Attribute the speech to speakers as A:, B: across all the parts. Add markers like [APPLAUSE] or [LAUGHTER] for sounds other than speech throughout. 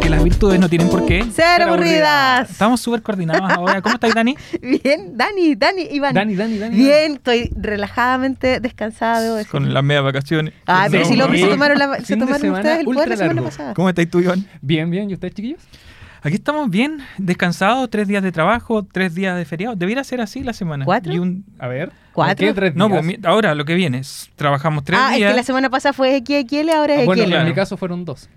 A: que las virtudes no tienen por qué
B: Ser aburridas.
A: Estamos súper coordinados ahora. ¿Cómo estáis,
B: [LAUGHS]
A: Dani?
B: Bien, Dani, Dani, Iván.
A: Dani, Dani, Dani.
B: Bien, estoy relajadamente descansada. debo decir.
A: Con las medias vacaciones.
B: Ah, pero
A: No,
B: si los
A: bien.
B: se tomaron, la- se
C: Fin de
B: tomaron
C: semana
B: ustedes el poder la
C: ultra
B: semana
C: largo.
B: pasada.
A: ¿Cómo estáis tú, Iván?
C: Bien, bien. ¿Y ustedes, chiquillos?
A: Aquí estamos bien, descansados, tres días de trabajo, tres días de feriado. Debiera ser así la semana.
B: ¿Cuatro?
A: Y un-
C: A ver.
B: ¿Cuatro?
C: ¿Qué tres
A: No,
C: días?
A: pues mi- ahora lo que viene es, trabajamos tres
B: ah,
A: días.
B: es que la semana pasada fue XXL, ahora
C: Ah,
B: es
C: Bueno,
B: XL.
C: en
A: Claro.
C: mi caso fueron dos.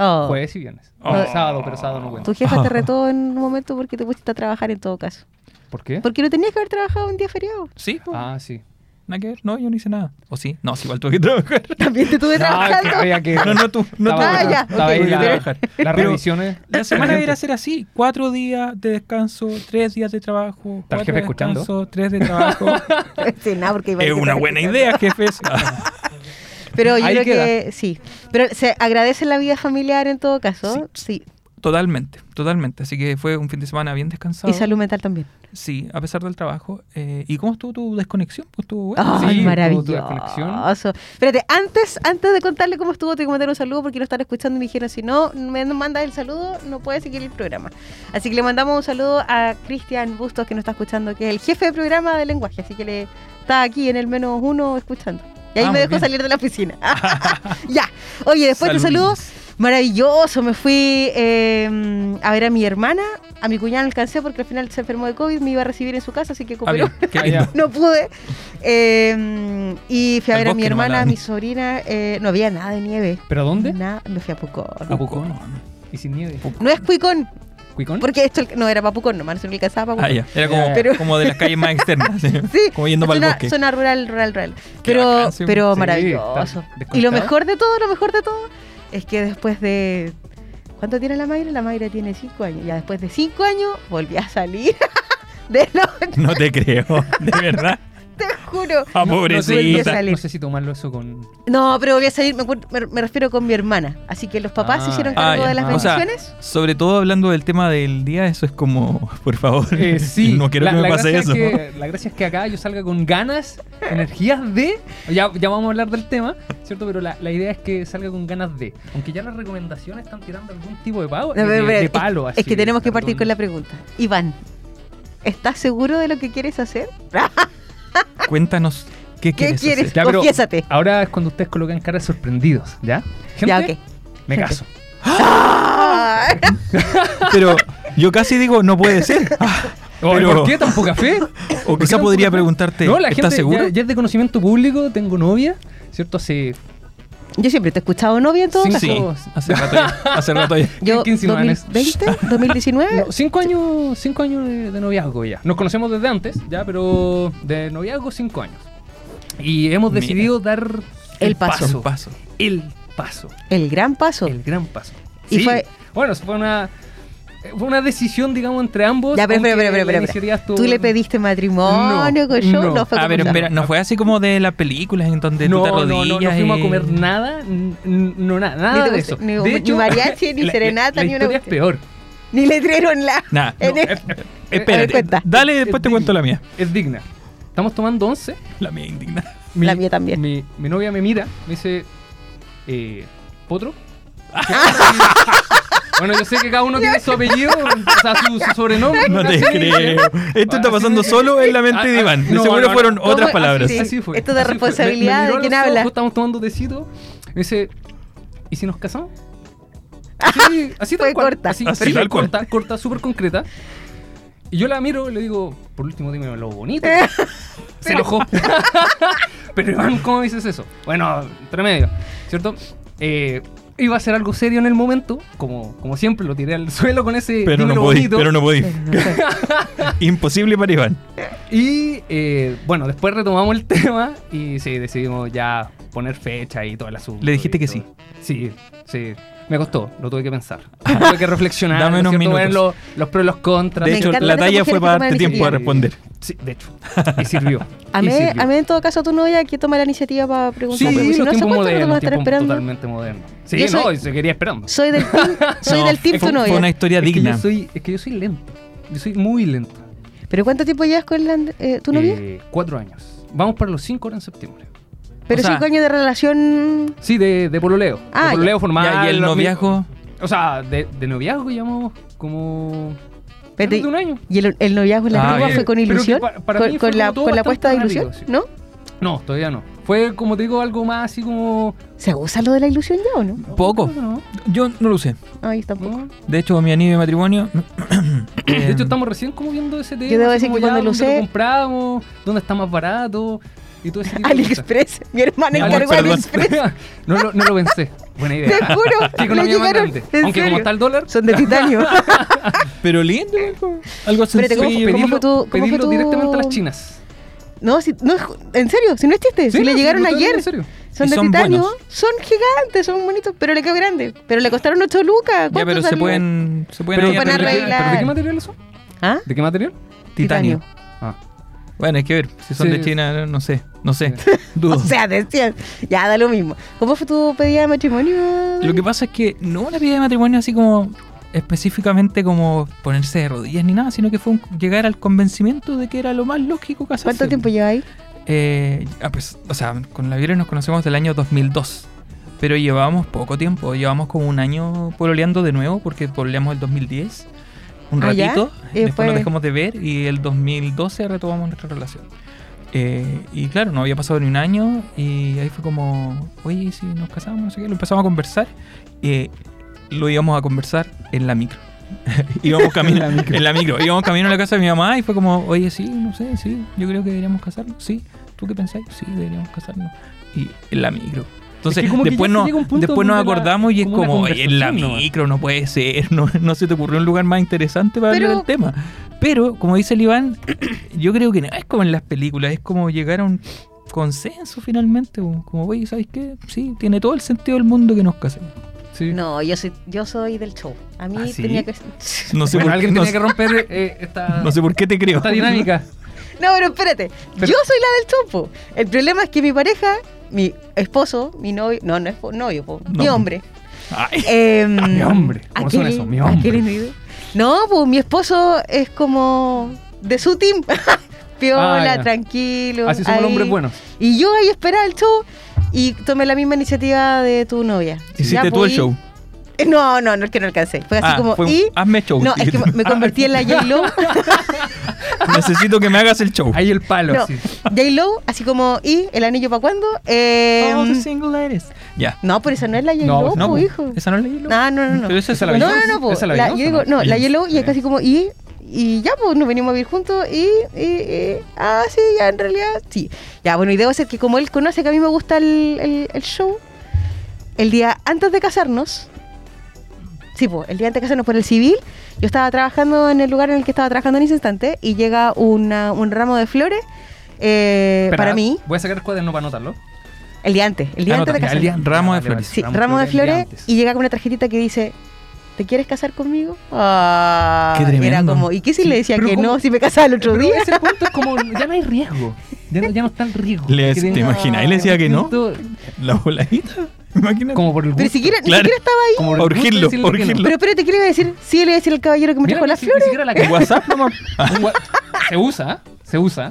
B: Oh.
C: Jueves y viernes.
A: Oh.
C: No, Sábado, pero sábado no cuenta.
B: Tu jefa te retó en un momento porque te pusiste a trabajar en todo caso.
C: ¿Por qué?
B: Porque no tenías que haber trabajado un día feriado. [LAUGHS]
A: Sí, pues,
C: Ah, sí.
A: nada que ver. No, yo no hice nada. ¿O sí? No, sí, igual tuve que [LAUGHS] trabajar.
B: También te tuve trabajando.
C: que había que...
A: No, no tú, no tú.
C: Estaba-
B: Ah, ya,
C: estaba
B: ok.
C: ahí la-
A: Trabajar.
C: las
A: Pero-
C: revisiones.
A: La semana
C: Gente.
A: debería ser así: cuatro días de descanso, tres días de trabajo,
C: ¿Está
A: cuatro
C: el jefe
A: de
C: escuchando?
A: descanso, tres de
B: [LAUGHS]
A: trabajo.
B: [LAUGHS] Sí, nada, porque Iván
A: es
B: te
A: una
B: está
A: buena
B: escuchando.
A: idea, [LAUGHS] jefes. Ah.
B: Pero yo
C: Ahí
B: creo
C: queda.
B: que sí. Pero se agradece la vida familiar en todo caso. Sí.
A: totalmente, totalmente. Así que fue un fin de semana bien descansado.
B: Y salud mental también.
A: Sí, a pesar del trabajo. Eh, ¿Y cómo estuvo tu desconexión? Pues estuvo bueno.
B: Ay,
C: Sí, tuvo tu
B: maravilloso.
C: desconexión.
B: Espérate, antes, antes de contarle cómo estuvo, te que mandar un saludo porque lo están escuchando y me dijeron, si no me mandas el saludo, no puedes seguir el programa. Así que le mandamos un saludo a Cristian Bustos, que nos está escuchando, que es el jefe de programa de lenguaje. Así que le está aquí en el menos uno escuchando. Y ahí
A: Ah,
B: me
A: muy
B: dejó
A: bien.
B: salir de la
A: [LAUGHS]
B: oficina. [LAUGHS] ya. Oye, después de
A: Saludines.
B: saludos, maravilloso. Me fui eh, a ver a mi hermana, a mi cuñada no alcancé porque al final se enfermó de COVID, me iba a recibir en su casa, así que
A: Ah,
B: cooperó
A: bien, qué
C: Ah,
A: lindo.
C: ya.
B: no pude. Eh, y fui a
A: Al
B: ver a mi
A: bosque nomás,
B: hermana,
A: la-
B: a mi sobrina. eh, no había nada de nieve.
C: ¿Pero dónde?
B: Nada, me fui a Pucón.
C: A
A: Ah.
C: Pucón. Y sin nieve.
B: No es Puicón,
C: ¿Cuicón?
B: porque esto el- no era para Pucón, nomás no le alcanzaba pa'
A: Ah,
B: Pucón.
A: ya. Era como,
B: Pero-
A: como de las calles más externas. ¿sí?
B: [LAUGHS] Sí,
A: como yendo
B: es
A: para el
B: una
A: bosque.
B: zona rural, rural, rural.
A: Qué
B: Pero,
A: bacán, sí,
B: pero
C: sí,
B: maravilloso. Y
C: está
B: lo
C: desconectado.
B: mejor de todo, lo mejor de todo, es que después de. ¿Cuánto tiene la Mayra? La Mayra tiene cinco años. Ya después de cinco años volví a salir [LAUGHS] de noche,
A: No te
B: [LAUGHS]
A: creo, de verdad.
B: te juro.
A: Ah,
B: tuve
C: No, no sé-
B: que
A: pobrecita.
B: salir.
C: No sé si tomarlo eso con...
B: No, pero voy a salir, me, encuentro- me- me refiero con mi hermana. Así que los papás se
C: Ah,
B: hicieron
C: ya.
B: cargo
A: Ah, ya.
B: de las
C: Ah.
A: O sea,
B: bendiciones.
A: Sobre todo hablando del tema del día, eso es como, [LAUGHS] por favor,
C: Eh, sí,
A: no quiero
C: la,
A: que me
C: la
A: pase
C: gracia
A: eso.
C: Es que, la gracia es que acá yo salga con ganas, energías de. Ya, ya vamos a hablar del tema, ¿cierto? Pero la, la idea es que salga con ganas de. Aunque ya las recomendaciones están tirando algún tipo de, pavo,
B: No,
C: de,
B: pero,
C: de
B: pero, es-
C: palo.
B: es,
C: así,
B: que tenemos que partir
C: perdón.
B: con la pregunta. Iván, ¿estás seguro de lo que quieres hacer?
C: Ah,
A: Cuéntanos qué,
B: ¿Qué
A: quieres.
B: quieres?
A: hacer?
C: Ya, pero-
B: Confiésate.
C: Ahora es cuando ustedes colocan caras sorprendidos, ¿ya? Gente,
B: Ya, ok.
C: Me
B: Gente.
C: caso.
B: Ah,
A: Pero yo casi digo, no puede [LAUGHS] ser. Ah,
C: Oye,
A: Pero-
C: ¿Por qué tan poca
A: [LAUGHS] o
C: fe? ¿Por qué
A: quizá
C: tan
A: podría
C: poca fe?
A: preguntarte,
C: No, la
A: ¿estás
C: gente
A: seguro?
C: Ya, ya es de conocimiento público, tengo novia, ¿cierto? Hace
B: Yo siempre te he escuchado novia en todo
C: Sí,
B: caso.
A: Sí,
C: Todos.
A: hace rato ya. Hace rato ya.
B: Yo,
C: ¿Qué insinuanes?
B: 2020,
C: [LAUGHS]
B: 2019.
C: No, cinco años, cinco años de, de noviazgo ya. Nos conocemos desde antes, ya, pero de noviazgo cinco años. Y hemos
A: Mira.
C: decidido dar
B: El paso.
A: Un paso.
C: El paso.
B: El gran paso.
C: El gran paso.
B: Y
C: Sí.
B: fue-
C: Bueno, eso fue una. Fue una decisión, digamos, entre ambos.
B: ya, pero,
C: aunque
B: pero, pero, pero,
C: la
B: pero,
C: iniciaría estuvo-
B: ¿Tú le pediste matrimonio
C: No,
B: con yo? No,
C: no.
B: fue
A: Ah,
B: como
A: pero
B: ya.
A: espera, no fue así como de las películas en donde
C: no,
A: tú te
C: no,
A: arrodillas.
C: no, no fuimos
A: y-
C: a comer nada, n- n- no nada, nada
B: Ni te
C: de
B: gusta-
C: eso.
B: ni-
C: de
B: ni
C: hecho,
B: mariachi, ni
C: [LAUGHS] la- la-
B: serenata,
C: la
B: ni una
C: historia es
B: cuestión.
C: peor.
B: Ni le dieron la.
A: Nah,
B: en este-
C: No,
B: el-
C: es-
B: A ver,
A: espérate.
B: cuenta.
A: Dale, después te
C: es
A: cuento la
C: digna,
A: mía.
C: Es digna. Estamos tomando once
A: La mía indigna.
C: Mi-
B: La mía también.
C: Mi, mi novia me mira, me dice, eh,
B: [LAUGHS]
C: ¿potro? bueno, yo sé que cada uno tiene su apellido, o sea, su, su sobrenombre.
A: No
C: pero [LAUGHS]
A: te
C: así-
A: creo. Esto está
C: Así-
A: pasando solo en la mente de
C: Ah,
A: Iván.
C: ah,
A: De
C: no,
A: seguro
C: no,
A: fueron
C: no,
B: no,
A: otras
B: así-
A: palabras.
B: sí.
C: Así fue.
B: Esto de
C: así fue.
B: responsabilidad,
C: Me- me miró
B: ¿de
C: a
B: quién
C: los
B: habla?
C: ojos, Estamos tomando tecito. Me dice, ¿y si nos casamos? Así, así
B: Ah, Fue
C: tal cual,
B: corta,
C: Así,
A: Así
C: así
A: tal cual.
C: corta, corta, súper concreta. Y yo la miro y le digo, por último dime lo bonito.
B: [LAUGHS]
C: Se enojó. [LAUGHS] Pero Iván, ¿cómo dices eso? Bueno, entre medio, ¿cierto? Eh, iba a ser algo serio en el momento, como, como siempre, lo tiré al suelo con ese
A: Pero
C: dime
A: no
C: lo
A: podí,
C: bonito.
A: pero no podí. [LAUGHS]
B: [LAUGHS] No fue.
A: Imposible para Iván.
C: Y eh, bueno, después retomamos el [LAUGHS] tema y sí, decidimos ya poner fecha y todo el asunto.
A: Le dijiste
C: y
A: que
C: todo.
A: sí.
C: Sí, sí. Me costó, lo tuve que pensar. [LAUGHS] tuve que reflexionar,
A: Dame
C: ¿no
A: unos
C: es cierto? ver
A: minutos.
C: los, los pros y los contras.
A: De
B: Me
A: hecho,
B: encanta
A: la
B: que
A: talla
B: esta
A: fue
B: mujer
A: para
B: toma
A: darte tiempo a
B: decisiones.
A: responder.
C: Sí, de hecho. Y sirvió.
B: A
C: y
B: mí,
C: sirvió.
B: a mí en todo caso, tú no novia que toma la iniciativa para preguntar.
C: Sí,
B: porque
C: los
B: si no, ¿hace
C: tiempos
B: cuánto no te vas a
C: modernos,
B: estar
C: tiempos
B: esperando?
C: totalmente modernos. Sí,
B: Yo
C: no,
B: soy-
C: y se quería esperando.
B: Soy del
C: [LAUGHS]
B: team, [LAUGHS] soy
A: No,
B: del team
A: fue,
B: tu
A: fue una
B: novia.
A: historia
C: es Que
A: digna.
C: yo soy, es que yo soy lento. Yo soy muy lento.
B: ¿Pero cuánto tiempo llevas con la, eh, tu novia?
C: Eh, cuatro años. Vamos para los cinco horas en septiembre.
B: Pero
A: o sea-
B: cinco años de relación...
C: Sí, de, de pololeo.
B: Ah,
C: de pololeo
A: Ya,
C: formal.
A: y el
C: los mi-
A: noviazgo.
C: O sea, de, de noviazgo llevamos como.
B: Espérate,
C: menos de un año.
B: ¿Y el, el noviazgo en la
A: Ah,
B: antigua
A: bien.
B: fue con
C: eh, Pero que
B: ilusión?
C: pa- para
B: ¿Con,
C: mí
B: con
C: fue
B: la,
C: como todo
B: con la
C: bastante
B: puesta de
C: rápido,
B: ilusión?
C: sí.
B: ¿No?
C: No, todavía no. Fue, como te digo, algo más así como.
B: ¿Se usa lo de la ilusión ya o Oh, no?
A: Poco.
C: No,
A: Yo no lo usé.
B: Ay, tampoco.
C: no.
A: De hecho, mi anillo de matrimonio. [CLEARS THROAT] em,
C: De hecho, estamos recién como viendo ese tema.
B: Em. Yo debo
C: así
B: decir
C: como
B: que
C: ya,
B: cuando lo
C: ¿dónde
B: usé-
C: compramos, dónde está más barato y todo ese tipo de cosas.
B: AliExpress. Mi hermana
A: Amor,
B: encargó
A: perdón.
B: AliExpress.
C: [LAUGHS] no, lo, no lo pensé. Buena idea.
B: Te
C: [LAUGHS]
B: juro,
C: Sí,
B: le
C: economía más
B: llegaron,
C: grande.
B: en
C: Aunque
B: serio.
C: como está el dólar, [LAUGHS]
B: Son de titanio.
A: Pero lindo, algo- algo
B: Espérate, ¿cómo
A: sencillo.
B: fue-
C: pedirlo,
B: tu- cómo fue
C: pedirlo
B: tu-
C: directamente a las chinas.
B: no, si, no, es ju- en serio, si no es chiste. si
C: Sí,
B: le
C: no,
B: llegaron
C: sí, lo estoy hablando
B: ayer.
C: en serio.
B: Son
A: Y
B: de
A: son
B: titanio.
A: buenos.
B: Son gigantes, son bonitos, pero le quedó grande. Pero le costaron 8 lucas.
A: Ya,
B: ¿cuánto
A: pero se
B: salió?
A: pueden. Se pueden
C: Pero,
A: ahí
B: pueden
A: arreglar.
C: pero de qué-
B: arreglar.
C: pero ¿de qué materiales son?
B: ¿Ah?
C: ¿De qué material?
A: Titanio.
C: Ah.
A: Bueno, hay que ver. Si son
C: Sí.
A: de China, no sé. No sé.
C: Sí.
A: [LAUGHS] Dudo.
B: O sea, decían, ya da lo mismo. ¿Cómo fue tu pedida de matrimonio?
A: Lo que pasa es que no una vida de matrimonio así como específicamente como ponerse de rodillas ni nada, sino que fue un- llegar al convencimiento de que era lo más lógico casarse.
B: ¿Cuánto tiempo lleva ahí?
A: Eh, ah, pues, o sea, con la Vire nos conocemos del año 2002, pero llevábamos poco tiempo, llevamos como un año pololeando de nuevo porque pololeamos el 2010, un
B: Ah, ya.
A: ratito,
B: Y
A: después,
B: después-
A: nos dejamos de ver y el 2012 retomamos nuestra relación. Eh, y claro, no había pasado ni un año y ahí fue como, oye, ¿y si nos casamos, no sé qué, lo empezamos a conversar. eh, lo íbamos a conversar en la micro.
C: [LAUGHS]
A: íbamos camino en la micro. íbamos camino a la casa de mi mamá y fue como, oye, sí, no sé, sí, yo creo que deberíamos casarnos, sí, ¿tú qué pensáis? Sí, deberíamos casarnos. Y en la micro. Entonces,
C: como que
A: después,
C: ya se
A: no,
C: llega a un punto
A: después nos
C: donde la-
A: acordamos y es
C: como una
A: como, oye, en la
C: conversación nomás".
A: micro no puede ser, [LAUGHS] no, no se te ocurrió un lugar más interesante para
B: Pero-
A: hablar del tema. Pero, como dice el Iván, [CLEARS THROAT] yo creo que no es como en las películas, es como llegar a un consenso finalmente, como, como, oye, ¿sabes qué? Sí, tiene todo el sentido del mundo que nos casemos.
C: Sí.
B: No, yo soy, yo soy del show. A mí
A: ¿Ah, sí?
B: tenía que.
A: No sé,
C: Bueno,
A: por,
C: alguien
A: no,
C: tenía que romper eh, esta,
A: [LAUGHS] no sé por qué te creo.
C: esta dinámica.
B: [LAUGHS] No, pero espérate.
C: Pero-
B: yo soy la del chopo. El problema es que mi pareja, mi esposo, mi novio. No, no es po- novio, po, mi
A: No.
B: hombre.
A: [LAUGHS] Ay,
B: em,
C: Ah, mi hombre. ¿Cómo son
B: aquel-
C: esos? Mi hombre.
B: aquel individuo. No, pues mi esposo es como de su team. [LAUGHS] Piola,
C: Ah, ya.
B: tranquilo.
C: Así son
B: ahí.
C: los hombres buenos.
B: Y yo ahí esperaba el show y tomé la misma iniciativa de tu novia.
A: hiciste
B: Ya,
A: tú el
B: pues,
A: show.
B: y- No, no, no es que no alcancé. Fue así
A: Ah,
B: como.
A: fue un-
B: y,
A: Hazme show. "Ah,
B: no, es que
C: [LAUGHS]
B: me convertí
C: Ah,
B: en la J-Lo.
A: [LAUGHS] Necesito que me hagas el show.
C: Ahí el palo.
B: No, eh,
C: así.
B: [LAUGHS] J-Lo, así como, ¿y el anillo para cuándo? Eh,
A: All the single ladies. Ya.
B: no, pero esa no es la J-Lo,
C: Oh, No, pues.
A: No,
B: po,
A: po,
B: hijo.
A: Esa no es la J-Lo.
B: Ah, no, no, no.
A: Pero esa es
C: Esa
A: la
C: la
B: no,
A: J-Lo.
B: no, no, po.
C: Esa es la
B: La-
C: Beyoncé,
B: yo digo,
C: ¿no?
B: no, la
A: Beyoncé.
B: Yellow y es
A: Ya.
B: casi como, y, y ya, pues nos venimos a vivir juntos, y, y, y- ah, sí, ya en realidad, sí. Ya, bueno, y debo ser que como él conoce que a mí me gusta el, el- el show, el día antes de casarnos, sí, pues, el día antes de casarnos por el civil, yo estaba trabajando en el lugar en el que estaba trabajando en ese instante, y llega una- un ramo de flores eh,
C: Espera,
B: para mí,
C: Voy a sacar el cuaderno para anotarlo.
B: el día antes, el día
C: Ah,
A: Anota,
B: antes de
A: ya, el
B: casarnos.
A: día- ramo de flores.
B: Sí, ramo de flores y llega con una tarjetita que dice, ¿te quieres casar conmigo? Ah,
A: Qué
B: y Era
A: tremendo.
B: como, ¿y qué si
C: Sí,
B: le decía
C: pero
B: que
C: ¿cómo?
B: no si me casaba el otro
C: Pero
B: día?
C: ese punto es como, ya no hay riesgo. Ya no, ya no está el riesgo.
A: Le-
C: Que
A: ¿Te
C: tenga-
A: imaginas? Él decía que no.
C: Punto-
A: La voladita. [LAUGHS] Imagínate.
C: Como por el
B: Pero ni
C: gusto.
B: siquiera, ni
A: Claro.
B: siquiera estaba ahí.
C: Como
A: Para
C: por el gusto de
A: urgirlo,
C: decirle que no.
A: urgirlo.
B: Pero espérate, ¿qué le iba a decir? Sí, le iba a decir al caballero que me
C: Mira, pues
B: trajo las
C: ni si-
B: flores.
C: Ni siquiera la
A: En WhatsApp
B: [LAUGHS]
A: nomás. Ah,
C: Un gua- Se usa, se usa.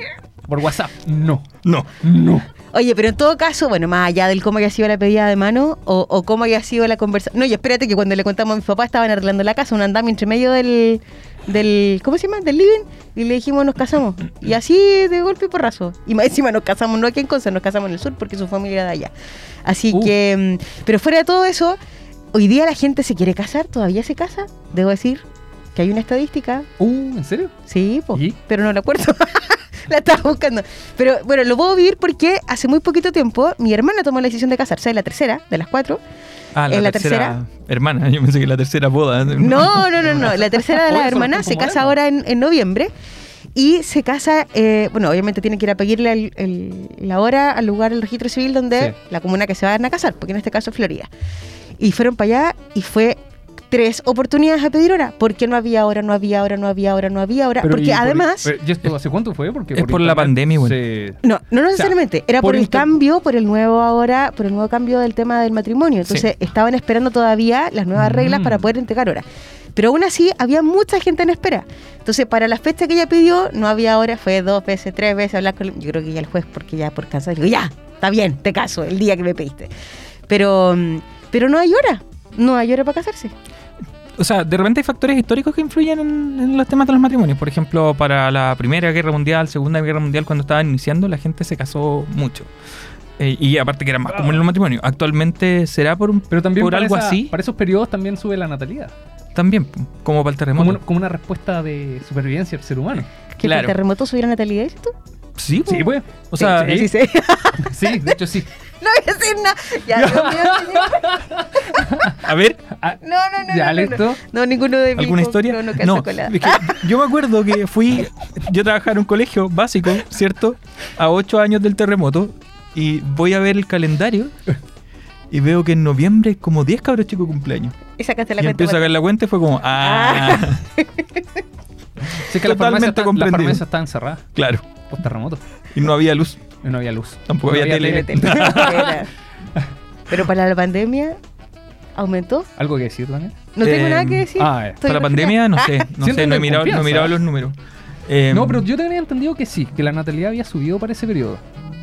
C: Por WhatsApp. No,
A: no.
C: no.
B: Oye, pero en todo caso, bueno, más allá del cómo había sido la pedida de mano o, o cómo había sido la conversación. No, y espérate que cuando le contamos a mis papás estaban arreglando la casa, un andamio entre medio del, del. ¿Cómo se llama? Del living. Y le dijimos, nos casamos. Y así de golpe y porrazo. Y más encima nos casamos, no aquí en Conce, nos casamos en el sur porque su familia era de allá. Así
C: Uh.
B: que. mm, Pero fuera de todo eso, hoy día la gente se quiere casar, todavía se casa. Debo decir que hay una estadística
C: Uh, ¿en serio?
B: Sí, po,
C: ¿Y?
B: pero no la acuerdo. [LAUGHS] la estaba buscando. Pero bueno, lo puedo vivir porque hace muy poquito tiempo mi hermana tomó la decisión de casarse, la tercera, de las cuatro.
A: Ah,
B: En la
A: Hermana, yo pensé que la tercera boda.
B: No, no, no, no. La tercera
C: [LAUGHS]
B: de
C: Oye,
B: las
C: son
B: hermanas
C: como
B: se casa
C: modernos.
B: ahora en, en noviembre. Y se casa, eh, bueno, obviamente tienen que ir a pedirle el- el- la hora al lugar, el registro civil donde
C: Sí.
B: la comuna que se van a casar, porque en este caso es Florida. Y fueron para allá y fue tres oportunidades a pedir hora, porque no había hora, no había hora, no había hora, no había hora,
C: Pero y
B: porque
C: por-
B: además...
C: pero, ¿Y esto hace cuánto fue? Porque
A: Es por la
C: internet
A: pandemia, güey.
C: se-
B: No, no
C: sea,
B: necesariamente. era por,
C: por
B: el
C: inter-
B: cambio, por el nuevo ahora, por el nuevo cambio del tema del matrimonio. Entonces estaban esperando todavía las nuevas reglas
C: Mm.
B: para poder entregar horas. Pero aún así había mucha gente en espera. Entonces para la fecha que ella pidió no había hora, fue dos veces, tres veces hablar con... el- Yo creo que ya el juez, porque ya por cansado, digo, ya, está bien, te caso el día que me pediste. Pero, mm, pero no hay hora, no hay hora para casarse.
A: o sea, de repente hay factores históricos que influyen en, en los temas de los matrimonios. Por ejemplo, para la Primera Guerra Mundial, Segunda Guerra Mundial, cuando estaban iniciando, la gente se casó mucho. Eh, y aparte que era más común en los matrimonios. Actualmente será por, un-
C: Pero también
A: por
C: para
A: algo
C: esa-
A: así,
C: Para esos periodos también sube la natalidad.
A: también, como para el terremoto.
C: Como, un- como una respuesta de supervivencia del ser humano.
B: ¿Que
A: Claro.
B: el terremoto subiera natalidad, dices tú?
A: Sí, po. [LAUGHS]
C: Sí, pues.
A: O sea,
C: Sí.
B: Así se.
C: Sí, de hecho sí.
B: [LAUGHS] no voy a decir nada. Ya, Dios mío, señor.
A: a ver,
C: Ah,
B: No, no, no.
C: ya,
B: no, no,
C: listo.
B: No, No, ninguno de mí.
A: ¿Alguna historia?
B: No, no, calza con la-
A: es que yo me acuerdo que fui, yo trabajaba en un colegio básico, ¿cierto? A ocho años del terremoto y voy a ver el calendario y veo que en noviembre hay como 10 cabros chicos cumpleaños.
B: Y sacaste la
A: y empiezo a
B: cuenta.
A: sacar la cuenta y fue como, ah,
C: Sí, que la farmacia,
A: Totalmente
C: está, la
A: comprendido.
C: farmacia está encerrada
A: [LAUGHS] claro.
C: por terremoto.
A: Y no había luz,
C: Y no había luz.
A: tampoco
C: No
A: había,
C: había
A: tele.
B: Espérate, espera. Pero para la pandemia, ¿aumentó?
C: ¿Algo que decir, Daniel?
B: No tengo
A: Eh,
B: nada que decir.
C: ah, eh.
B: Estoy
A: Para la pandemia,
B: imaginando.
A: no
C: [LAUGHS]
A: sé, no sé, no
C: Siéntete
A: he
C: en
A: mirado, no he
C: confianza.
A: mirado los números. Eh,
C: No, pero yo tenía entendido que sí, que la natalidad había subido para ese periodo.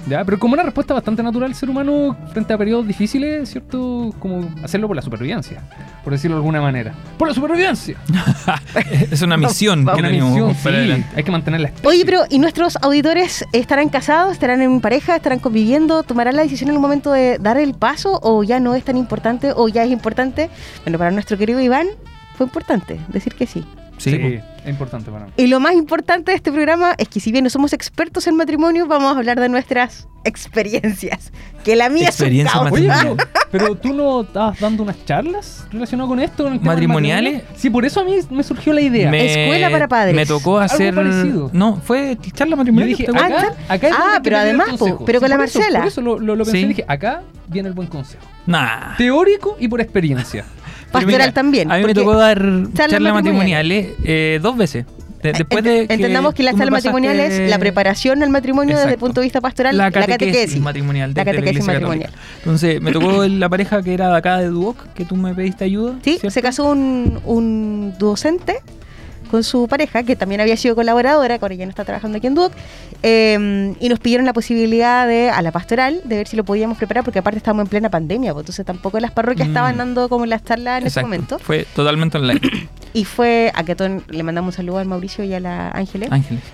C: Ya, pero como una respuesta bastante natural del ser humano frente a periodos difíciles, ¿cierto? Como hacerlo por la supervivencia, por decirlo de alguna manera. ¡Por la supervivencia!
A: [LAUGHS] es una misión que
C: Una
A: tenemos
C: misión,
A: para
C: sí.
A: adelante.
C: Hay que mantenerla.
B: Ah, Oye, pero ¿y nuestros auditores estarán casados, estarán en pareja, estarán conviviendo? ¿Tomarán la decisión en el momento de dar el paso o ya no es tan importante o ya es importante? Bueno, para nuestro querido Iván fue importante decir que sí.
A: Sí, pues,
C: Sí,
A: po.
C: es importante para mí.
B: Y lo más importante de este programa es que si bien no somos expertos en matrimonio, vamos a hablar de nuestras experiencias. Que la mía
A: Experiencia
B: es un caos.
C: Oye,
A: matrimonial.
C: pero, pero tú no estabas dando unas charlas relacionadas con esto. en el tema del
A: ¿Matrimoniales?
C: matrimonio? Sí, por eso a mí me surgió la idea.
A: Me-
B: Escuela para padres.
A: Me tocó
C: Algo
A: hacer.
C: parecido.
A: No, fue charla
C: Yo
A: matrimonial.
C: dije,
A: ¿te acuerdas?
C: acá,
B: Ah,
C: acá es
B: ah,
C: donde hay que
B: pero
C: pedir
B: además, po,
C: consejo.
B: pero con la
C: por eso-
B: Marcela.
C: por eso lo, lo- lo pensé
A: Sí.
C: y dije, acá viene el buen consejo.
A: Nah.
C: Teórico y
A: [LAUGHS]
C: por experiencia.
A: Pero
B: Pastoral
A: mira,
B: también.
A: A mí me
B: porque
A: tocó dar
B: matrimoniales.
A: charlas matrimoniales eh, dos veces. De- después de
B: ent- entendamos que, la
A: tú me
B: sala matrimonial
A: pasaste
B: es la preparación al matrimonio desde el
A: Exacto.
B: punto de vista pastoral,
A: La catequesis, matrimonial. de-
B: La
A: de
B: catequesis
A: Iglesia
B: matrimonial.
A: Católica. Entonces, me
B: [COUGHS]
A: tocó la pareja que era de acá de Duoc, que tú me pediste ayuda.
B: Sí,
A: ¿cierto?
B: se casó un, un docente con su pareja, que también había sido colaboradora, que ahora ya no está trabajando aquí en Duoc, eh, y nos pidieron la posibilidad de, a la pastoral, de ver si lo podíamos preparar, porque aparte estábamos en plena pandemia, pues, entonces tampoco las parroquias
A: Mm.
B: estaban dando como las charlas en ese
A: Exacto.
B: momento.
A: Fue totalmente
B: [COUGHS]
A: online.
B: Y fue, a que todo- le mandamos un saludo al Mauricio y a la Ángeles.
A: Ángeles.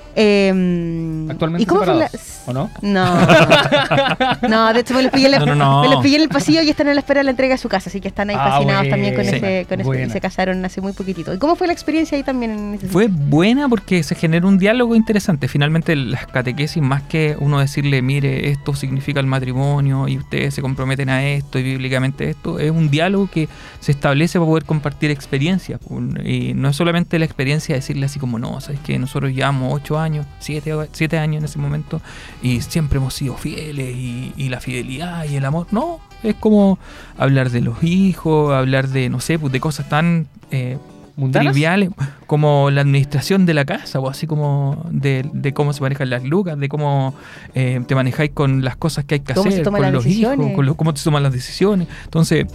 B: Eh,
C: Actualmente
B: ¿y cómo fue
C: separados,
B: la-
C: ¿o no? [LAUGHS]
B: No. No, de hecho me los pillé en, la-
A: No, no, no.
B: me los pillé en el pasillo y están a la espera de la entrega de su casa, así que están ahí
C: Ah,
B: fascinados también con
A: buena,
B: ese, con ese-
C: buena.
B: y se casaron hace muy poquitito. ¿Y cómo fue la experiencia ahí también? en ese
A: Fue
B: sentido?
A: buena porque se generó un diálogo interesante. Finalmente las catequesis, más que uno decirle, mire, esto significa el matrimonio y ustedes se comprometen a esto y bíblicamente esto, es un diálogo que se establece para poder compartir experiencias. Un- Y no es solamente la experiencia de decirle así como, no, sabes que nosotros llevamos ocho años, siete, o- siete años en ese momento y siempre hemos sido fieles y, y la fidelidad y el amor. No, es como hablar de los hijos, hablar de, no sé, pues, de cosas tan... eh,
C: ¿Mundanas?
A: triviales, como la administración de la casa, o así como de, de cómo se manejan las lucas, de cómo eh, te manejáis con las cosas que hay que
B: Cómo se
A: hacer,
B: toman
A: con
B: las
A: los
B: decisiones.
A: hijos, con lo- cómo te toman las decisiones. Entonces,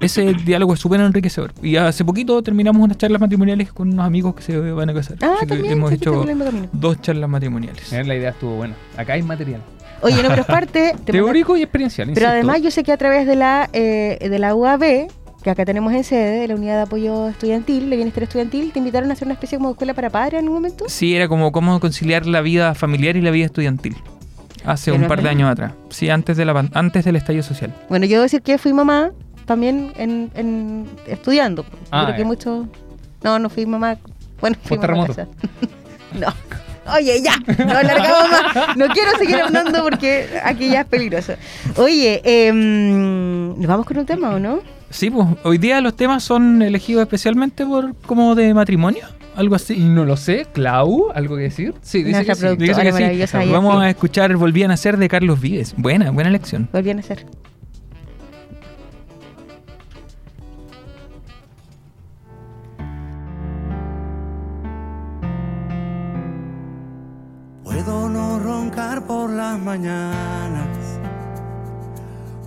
A: ese diálogo es súper enriquecedor. Y hace poquito terminamos unas charlas matrimoniales con unos amigos que se van a casar.
B: Ah,
A: Así que
B: también.
A: hemos
B: sí, que
A: hecho
B: están en el mismo camino.
A: dos charlas matrimoniales.
C: Eh, La idea estuvo buena. Acá hay material.
B: Oye, no, pero
A: [LAUGHS]
B: es parte. te mando-
C: Teórico y experiencial.
B: Pero
C: insisto.
B: además yo sé que a través de la, eh, de la UAB, que acá tenemos en sede, de la Unidad de Apoyo Estudiantil, de Bienestar Estudiantil, te invitaron a hacer una especie como de escuela para padres en un momento.
A: Sí, era como cómo conciliar la vida familiar y la vida estudiantil. Hace
B: Pero
A: un par de
B: es-
A: años atrás. Sí, antes, de la, pan- antes del estallido social.
B: Bueno, yo debo decir que fui mamá también en, en- estudiando. Yo
C: Ah,
B: creo que
C: ya.
B: mucho. No, no fui mamá. Bueno, fui
C: Fue
B: mamá.
C: terremoto.
B: casada. [LAUGHS] no. Oye, ya, no largamos más. No quiero seguir hablando porque aquí ya es peligroso. Oye, em, ¿nos vamos con un tema o no?
A: Sí, pues hoy día los temas son elegidos especialmente por como de matrimonio, algo así.
C: No lo sé. Clau, ¿algo que decir? Sí, dice
B: Nuestra
C: que sí.
B: productora
A: Dice que sí.
B: maravillosa. ahí,
A: Vamos
B: sí.
A: a escuchar Volvían a ser de Carlos Vives. Buena, buena elección.
B: Volvían a ser.
D: Puedo no roncar por las mañanas.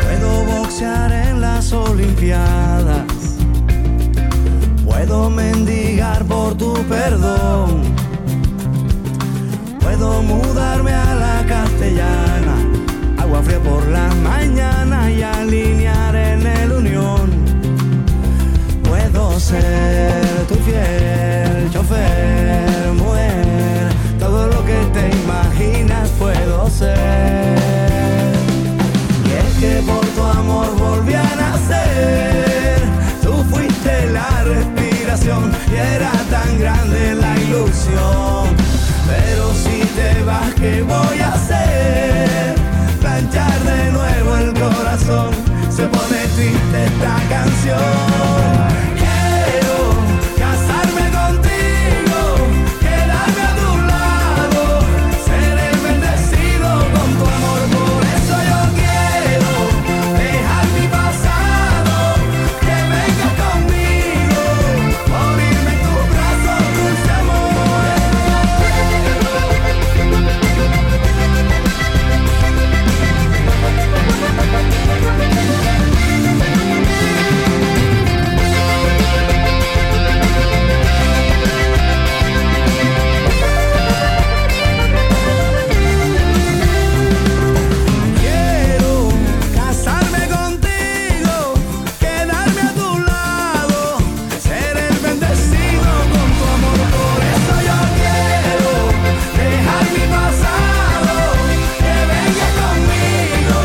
D: Puedo boxear en las Olimpiadas. Puedo mendigar por tu perdón. Puedo mudarme a la castellana. Agua fría por la mañana y alinear en el unión. Puedo ser tu fiel chofer, mujer. Todo lo que te imaginas puedo ser. Y es que por tu amor volví a nacer. Tú fuiste la respiración y era tan grande la ilusión. Pero si te vas, ¿qué voy a hacer? Planchar de nuevo el corazón. Se pone triste esta canción. Quiero casarme contigo, quedarme a tu lado, ser el bendecido con tu amor. Por eso yo quiero dejar mi pasado, que vengas conmigo, morirme en tus brazos, dulce amor. Quiero casarme contigo, quedarme a tu lado, ser el bendecido con tu amor. Por eso yo quiero dejar mi pasado, que venga conmigo,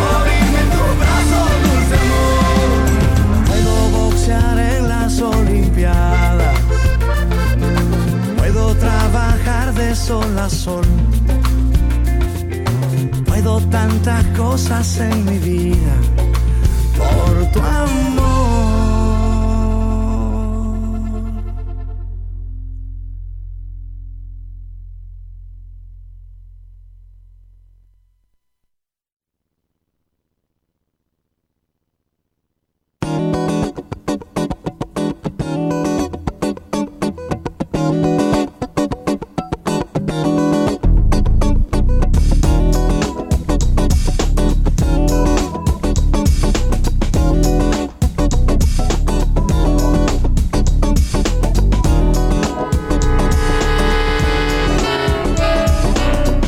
D: morirme en tus brazos, dulce amor. Puedo boxear en las Olimpiadas, puedo trabajar de sol a sol. Puedo tantas cosas en mi vida por tu amor.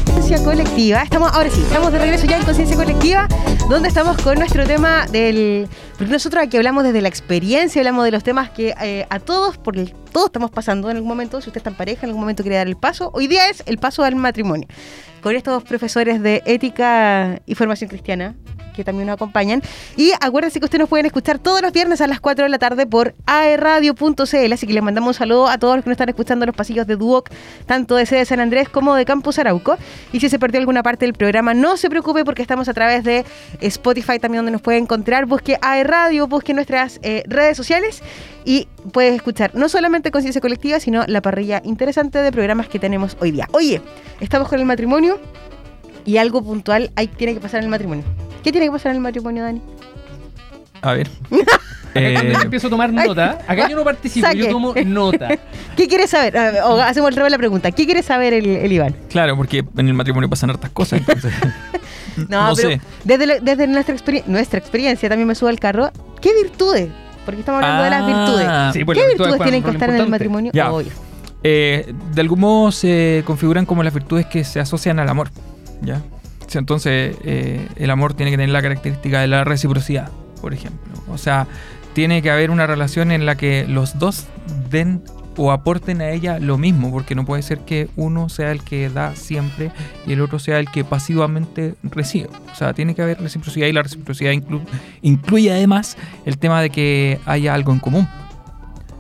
B: Conciencia colectiva. Estamos, ahora sí, estamos de regreso ya en Conciencia Colectiva, donde estamos con nuestro tema del. Porque nosotros aquí hablamos desde la experiencia, hablamos de los temas que eh, a todos, porque todos estamos pasando en algún momento. Si usted está en pareja, en algún momento quiere dar el paso. Hoy día es el paso al matrimonio. Con estos dos profesores de ética y formación cristiana que también nos acompañan. Y acuérdense que ustedes nos pueden escuchar todos los viernes a las 4 de la tarde por E aerradio.cl. Así que les mandamos un saludo a todos los que nos están escuchando en los pasillos de Duoc, tanto de sede San Andrés como de Campus Arauco. Y si se perdió alguna parte del programa, no se preocupe porque estamos a través de Spotify también donde nos puede encontrar. Busque aerradio, busque nuestras eh, redes sociales y puedes escuchar no solamente Conciencia Colectiva, sino la parrilla interesante de programas que tenemos hoy día. Oye, estamos con el matrimonio y algo puntual hay, tiene que pasar en el matrimonio. ¿Qué tiene que pasar en el matrimonio, Dani?
A: A
B: [LAUGHS]
A: ver.
C: Acá
A: Eh,
C: yo empiezo a tomar nota. Acá yo no participo,
B: Saque.
C: yo tomo
B: [LAUGHS]
C: nota.
B: ¿Qué quieres saber? A ver, O hacemos el revés de la pregunta. ¿Qué quiere saber el, el Iván?
A: claro, porque en el matrimonio pasan hartas cosas. Entonces, no, sé.
B: Desde, lo- desde nuestra, experien- nuestra experiencia, también me subo al carro, ¿qué virtudes? Porque estamos [LAUGHS] hablando de las virtudes.
A: Ah,
C: Sí, pues
B: ¿Qué
C: las
B: virtudes
C: juegan
B: tienen
C: un
B: que
C: rol
B: estar en el
C: importante.
B: matrimonio?
A: Ya.
B: Obvio.
A: Eh, de algún modo se configuran como las virtudes que se asocian al amor. ¿ya? Sí, Entonces, eh, el amor tiene que tener la característica de la reciprocidad, por ejemplo. O sea, tiene que haber una relación en la que los dos den o aporten a ella lo mismo, porque no puede ser que uno sea el que da siempre y el otro sea el que pasivamente recibe. O sea, tiene que haber reciprocidad y la reciprocidad inclu- incluye además el tema de que haya algo en común.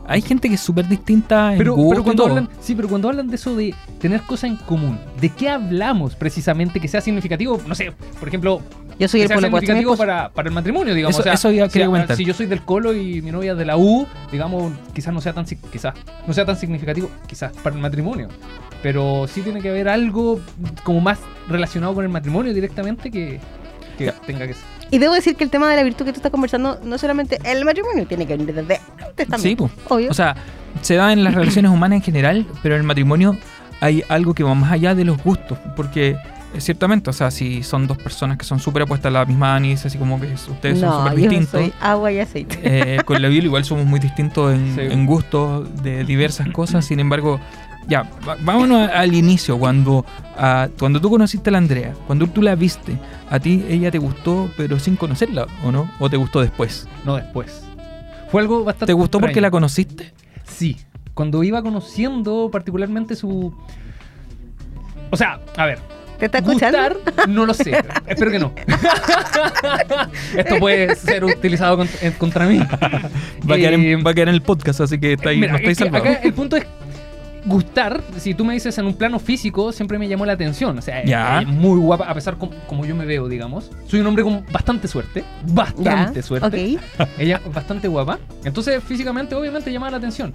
A: Hay gente que es súper distinta en
C: Pero,
A: gusto
C: pero
A: y
C: cuando
A: todo.
C: hablan, sí, pero cuando hablan de eso de tener cosas en común, ¿de qué hablamos precisamente que sea significativo? No sé, por ejemplo,
B: Yo soy
C: que
B: el
C: sea
B: polo cuatro.
C: significativo para, para el matrimonio, digamos.
A: Eso-
C: o sea,
A: eso ya
C: si-
A: quería comentar.
C: Si yo soy del colo y mi novia es de la U, digamos, quizás no sea tan si- quizás no sea tan significativo, quizás para el matrimonio. Pero sí tiene que haber algo como más relacionado con el matrimonio directamente que, que
A: Ya.
C: tenga que ser.
B: Y debo decir que el tema de la virtud que tú estás conversando no solamente el matrimonio, tiene que venir desde antes
A: Sí,
B: también.
A: po.
B: obvio.
A: O sea, se da en las
B: [CLEARS THROAT]
A: relaciones humanas en general, pero en el matrimonio hay algo que va más allá de los gustos, porque eh, ciertamente, o sea, si son dos personas que son súper apuestas a la misma anís, así como que es- ustedes son
B: no,
A: súper
B: yo
A: distintos.
B: soy agua y aceite.
A: eh, con la Bill igual somos muy distintos en,
C: Sí.
A: en gustos de
C: [CLEARS THROAT]
A: diversas cosas, sin embargo, ya, va- vámonos a- al inicio, cuando, ah, cuando tú conociste a la Andrea, cuando tú la viste, a ti ella te gustó, pero sin conocerla, ¿o no? ¿O te gustó después?
C: No después. Fue algo bastante.
A: ¿Te gustó porque
C: extraño.
A: la conociste?
C: Sí, cuando iba conociendo particularmente su... O sea, a ver,
B: ¿Te está escuchando?
C: gustar, no lo
B: [LAUGHS]
C: sé. Espero que no. Esto puede ser utilizado cont- eh, contra, mí.
A: Va a, quedar en,
C: Eh,
A: va a quedar en el podcast, así que está ahí,
C: mira,
A: no estáis
C: es que
A: salvados.
C: acá el punto es gustar. Si tú me dices en un plano físico, siempre me llamó la atención. O sea,
A: Ya.
C: ella es muy guapa, a pesar com- como yo me veo, digamos. Soy un hombre con bastante suerte. Bastante
B: Ya,
C: suerte.
B: ok.
C: Ella es bastante guapa. Entonces, físicamente, obviamente, llamaba la atención.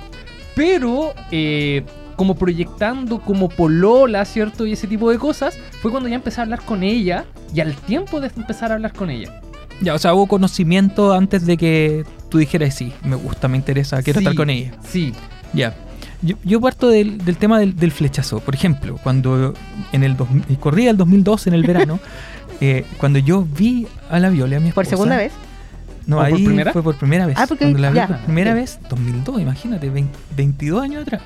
C: Pero, eh, como proyectando, como polola, ¿cierto? Y ese tipo de cosas, fue cuando ya empecé a hablar con ella. Y al tiempo de empezar a hablar con ella.
A: Ya, o sea, hubo conocimiento antes de que tú dijeras, sí, me gusta, me interesa, quiero
C: Sí,
A: estar con ella.
C: Sí.
A: Ya. Yo, yo parto del, del tema del, del flechazo. Por ejemplo, cuando en el dos- corría el 2002, en el [LAUGHS] verano, eh, cuando yo vi a la Viola, a mi
B: Por
A: esposa-
B: segunda vez.
A: No,
C: ¿O por
A: ahí
C: primera?
A: fue por primera vez.
B: Ah, porque-
A: cuando la vi
B: ya.
A: por primera
B: Ok.
A: vez, 2002, imagínate, 20 22 años atrás.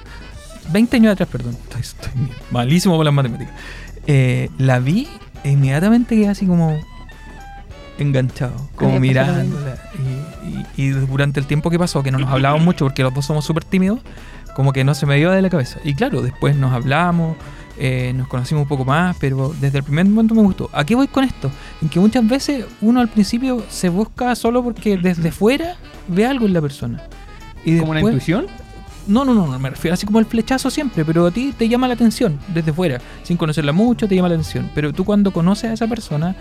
A: 20 años atrás, perdón. Estoy, estoy malísimo con las matemáticas. Eh, la vi e inmediatamente quedé así como enganchado, como
B: me pasó lo
A: mirándola. Y, y- y durante el tiempo que pasó, que no nos hablábamos mucho porque los dos somos súper tímidos, como que no se me dio de la cabeza. Y claro, después nos hablamos, eh, nos conocimos un poco más, pero desde el primer momento me gustó. ¿A qué voy con esto? En que muchas veces uno al principio se busca solo porque desde fuera ve algo en la persona. Y
C: Como una
A: después-
C: intuición.
A: no, no, no, no, me refiero así como el flechazo siempre, pero a ti te llama la atención desde fuera, sin conocerla mucho, te llama la atención. Pero tú cuando conoces a esa persona,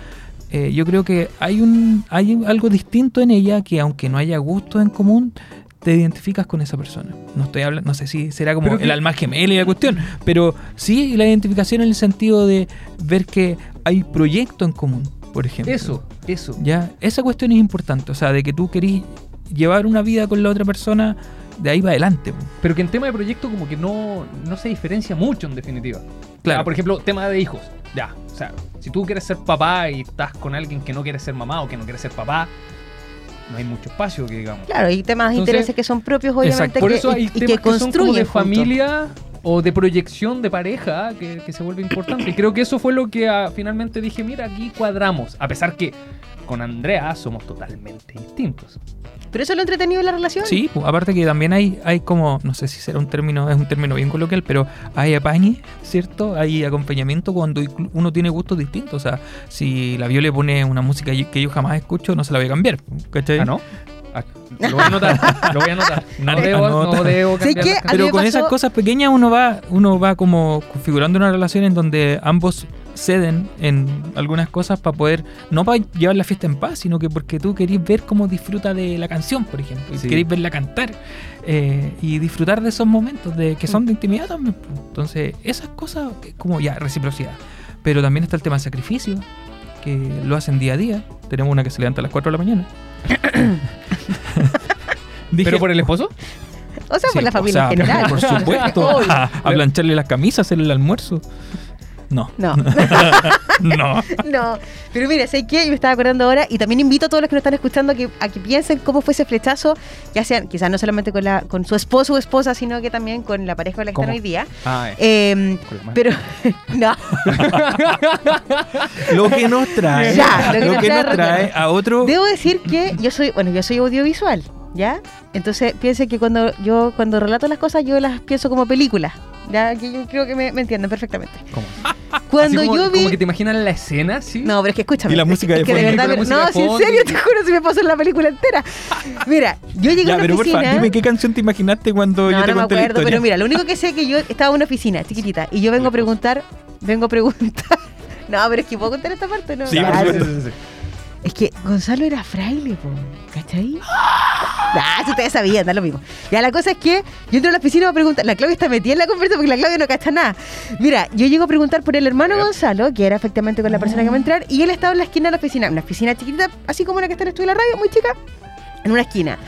A: eh, yo creo que hay, un, hay un- algo distinto en ella que aunque no haya gusto en común, te identificas con esa persona. No estoy hablando, no sé si será como
C: Pero
A: el
C: que-
A: alma gemela y la cuestión, pero sí la identificación en el sentido de ver que hay proyecto en común, por ejemplo.
C: Eso, eso.
A: Ya, esa cuestión es importante, o sea, de que tú querís llevar una vida con la otra persona de ahí para adelante. po.
C: Pero que en tema de proyecto, como que no, no se diferencia mucho, en definitiva.
A: Claro.
C: Ah, por ejemplo, tema de hijos. Ya, o sea, si tú quieres ser papá y estás con alguien que no quiere ser mamá o que no quiere ser papá, no hay mucho espacio, que digamos.
B: Claro, y temas,
C: Entonces,
B: intereses que son propios, obviamente,
A: exacto.
B: que,
C: Por eso hay
B: y, y
C: temas
B: que
C: que, son como
B: construyen
C: de
B: juntos.
C: familia o de proyección de pareja que, que se vuelve importante. Y creo que eso fue lo que ah, finalmente dije, mira, aquí cuadramos. A pesar que con Andrea somos totalmente distintos.
B: Pero eso es lo entretenido de la relación.
A: Sí, pues, aparte que también hay, hay como, no sé si será un término, es un término bien coloquial, pero hay apañe, ¿cierto? Hay acompañamiento cuando inclu- uno tiene gustos distintos. O sea, si la Viola pone una música yo- que yo jamás escucho, no se la voy a cambiar, ¿cachai?
C: ¿Ah, no? Ah, Lo voy a anotar, lo voy a anotar. No
A: Anota.
C: debo, no debo
B: Sí,
C: cambiar
B: que [LAUGHS] A
C: las
B: mí
A: Pero
B: me
A: con
B: pasó-
A: esas cosas pequeñas uno va, uno va como configurando una relación en donde ambos ceden en algunas cosas para poder, no para llevar la fiesta en paz, sino que porque tú querís ver cómo disfruta de la canción, por ejemplo, y
C: Sí.
A: querís verla cantar eh, y disfrutar de esos momentos de que son de intimidad también. pues. Entonces, esas cosas que- como ya, reciprocidad. Pero también está el tema del sacrificio, que lo hacen día a día. Tenemos una que se levanta a las 4 de la
C: [COUGHS]
A: mañana. Dije-
C: ¿Pero por el esposo?
B: O sea,
A: Sí,
B: por la
A: o
B: familia
C: [LAUGHS]
A: sea,
B: en general.
A: Por supuesto.
B: [LAUGHS] Obvio.
A: a, a plancharle las camisas, hacerle el almuerzo.
B: [LAUGHS]
A: No,
B: No,
A: no.
B: [LAUGHS] no. Pero mira, sé que me estaba acordando ahora y también invito a todos los que nos están escuchando a que, a que piensen cómo fue ese flechazo, ya sean quizás no solamente con, la, con su esposo o esposa, sino que también con la pareja con la que
A: ¿Cómo?
B: están hoy día.
C: Ah,
B: Eh,
C: Con la mano.
B: pero, [LAUGHS] no,
A: [LAUGHS] Lo que nos trae,
B: Ya, lo
A: [LAUGHS]
B: que
A: lo
B: nos
A: que
B: trae
A: nos trae
B: Rockero.
A: a otro.
B: debo decir que yo soy, bueno, yo soy audiovisual. ¿Ya? Entonces piense que cuando yo cuando relato las cosas, yo las pienso como películas. ¿Ya? Que yo creo que me, me entienden perfectamente.
C: ¿Cómo?
B: [LAUGHS] Cuando
C: Así como,
B: yo vi.
C: como que te imaginas la escena, ¿sí?
B: No, pero es que escúchame.
A: Y la música
B: es
A: de
B: que de
A: fondo.
B: verdad,
C: Y con la
B: no,
C: música de
B: si en
C: fondo.
B: serio, te juro, si me pasó en la película entera. Mira, yo llegué
A: Ya,
B: a una
A: pero porfa,
B: oficina.
A: dime qué canción te imaginaste cuando
B: no,
A: yo te
B: no me
A: conté la
B: acuerdo,
A: historia.
B: pero mira, lo único que sé es que yo estaba en una oficina chiquitita y yo vengo a preguntar, vengo a preguntar. [LAUGHS] No, pero es que puedo contar esta parte, ¿no?
A: Sí,
B: Ya,
A: por
B: sí,
A: supuesto.
B: Ah, sí, sí, sí. Es que Gonzalo era fraile, po, ¿cachai? Ah, si ustedes sabían, da lo mismo. Ya, la cosa es que yo entro a la oficina a preguntar. La Claudia está metida en la conversa porque la Claudia no cacha nada. Mira, yo llego a preguntar por el hermano Gonzalo, que era efectivamente con la persona que va a entrar, y él estaba en la esquina de la oficina. Una oficina chiquitita, así como la que está en el estudio de la radio, muy chica, en una esquina.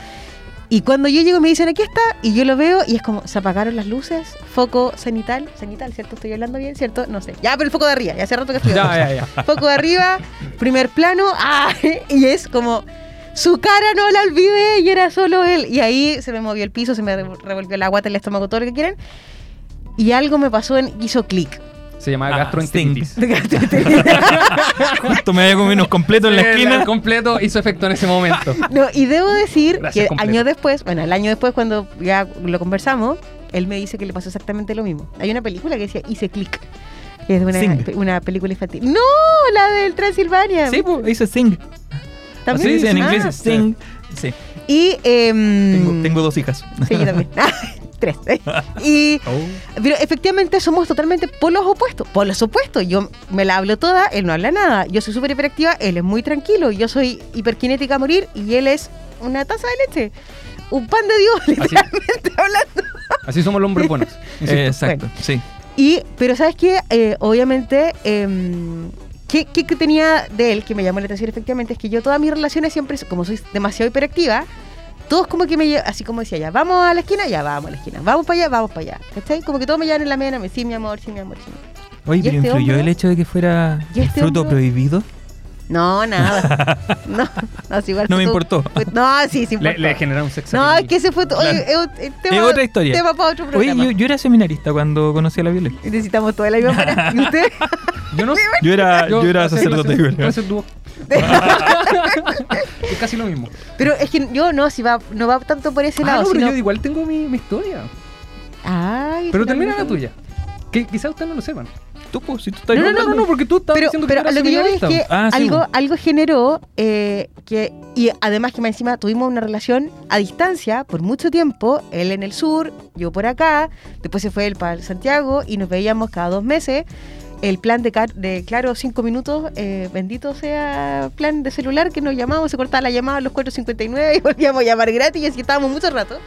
B: Y cuando yo llego me dicen, aquí está, y yo lo veo y es como, se apagaron las luces, foco cenital, cenital, ¿cierto? Estoy hablando bien, ¿cierto? No sé. Ya, pero el foco de arriba, ya hace rato que estoy hablando.
C: Ya, ya, ya.
B: Foco de arriba, primer plano, ¡ah! [LAUGHS] y es como, su cara no la olvidé y era solo él. Y ahí se me movió el piso, se me rev- revolvió la guata, el estómago, todo lo que quieran. Y algo me pasó, en, hizo clic. [LAUGHS]
C: Se llama
A: Ah,
C: gastroenteritis.
A: Justo me había comido unos completos
B: [LAUGHS]
A: en la
C: El-
A: esquina.
C: el completo hizo efecto en ese momento.
B: No, y debo decir
C: Gracias,
B: que
C: completo.
B: años después, bueno, el año después cuando ya lo conversamos, él me dice que le pasó exactamente lo mismo. Hay una película que decía Hice Click, que es de
A: Sing.
B: una, una película infantil. ¡No! La del Transilvania.
A: Sí, pues, dice sing. Así
B: ¿También?
A: dice en
B: Ah,
A: inglés, sing. Sí,
B: Y... em,
A: tengo, tengo dos hijas.
B: Sí, yo también. [LAUGHS] Ah, Tres. y... Pero efectivamente somos totalmente polos opuestos. Polos opuestos. Yo me la hablo toda, él no habla nada. Yo soy súper hiperactiva, él es muy tranquilo. Yo soy hiperkinética a morir y él es una taza de leche. Un pan de Dios,
C: Así,
B: [LAUGHS] literalmente hablando.
C: así somos los hombres buenos.
B: [LAUGHS]
C: insisto.
A: Eh, [LAUGHS] exacto, sí.
B: Y, pero ¿sabes qué? Eh, obviamente, em, ¿qué, qué, qué tenía de él que me llamó la atención efectivamente? Es que yo todas mis relaciones siempre, como soy demasiado hiperactiva, todos como que me lle- así como decía, ya vamos a la esquina, ya vamos a la esquina, vamos para allá, vamos para allá. ¿Cachai? Como que todos me llevan en la mena, me sí, mi amor, sí, mi amor, sí, mi amor.
A: Oye,
B: ¿Y
A: pero
B: este
A: influyó
B: hombre?
A: el hecho de que fuera
B: ¿Y este
A: fruto
B: hombre?
A: prohibido.
B: [LAUGHS]
A: [LAUGHS]
B: No, nada. no, no, sí, igual
A: No me
B: tú-
A: importó.
B: fue- no, sí, sí
C: Le,
B: importó.
C: le genera un sexo.
B: no, es que ese fue... tu- Oye, eh, es, un- es tema,
A: Es otra historia.
B: tema para otro
A: Oye,
B: programa.
A: yo, yo era seminarista cuando conocí a la Violet.
B: Necesitamos toda la misma para... ¿Y usted? [LAUGHS]
C: Yo no
A: Yo era, Ah, yo era
C: clase-
A: sacerdote.
C: clase-
A: igual.
C: clase dúo. es casi lo mismo.
B: Pero es que yo no, si va, no va tanto por ese
C: Ah,
B: lado.
C: no, pero
B: sino-
C: yo igual tengo mi, mi historia.
B: Ay,
C: Pero
B: finalmente-
C: termina la tuya. Que quizás ustedes no lo sepan.
A: Tú, pues, si tú estás
B: No, no,
A: contando.
B: no,
C: porque tú estás
B: Pero,
C: diciendo
B: pero
C: que
B: a
C: tú
B: lo
C: eras
B: que yo veo es
C: seminarista.
B: que
A: Ah, sí,
B: algo,
A: bueno.
B: algo generó eh, que, y además que más encima tuvimos una relación a distancia por mucho tiempo, él en el sur, yo por acá, después se fue él para Santiago y nos veíamos cada dos meses. El plan de, Car- de claro, cinco minutos, eh, bendito sea plan de celular que nos llamábamos, se cortaba la llamada a los 4.59 y [LAUGHS] volvíamos a llamar gratis y así estábamos mucho rato.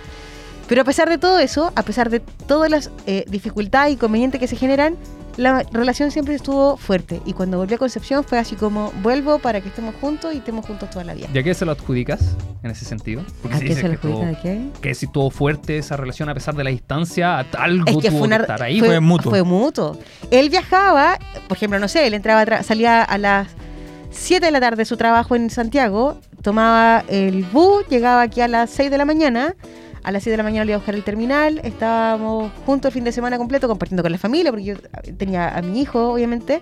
B: Pero a pesar de todo eso, a pesar de todas las eh, dificultades y inconvenientes que se generan, la relación siempre estuvo fuerte. Y cuando volví a Concepción fue así como, vuelvo para que estemos juntos y estemos juntos toda la vida.
C: Ya que se lo adjudicas en ese sentido. Porque
B: ¿A
C: se
B: qué
C: dice
B: se le
C: que estuvo-
B: adjudica de qué?
C: Que si estuvo fuerte esa relación a pesar de la distancia, a algo
B: Es que
C: tuvo
B: fue una...
C: que estar ahí.
A: fue mutuo.
B: Fue mutuo. Él viajaba, por ejemplo, no sé, él entraba, a tra- salía a las 7 de la tarde de su trabajo en Santiago, tomaba el bus, llegaba aquí a las 6 de la mañana. A las 6 de la mañana le iba a buscar el terminal, estábamos juntos el fin de semana completo compartiendo con la familia, porque yo eh, tenía a mi hijo, obviamente.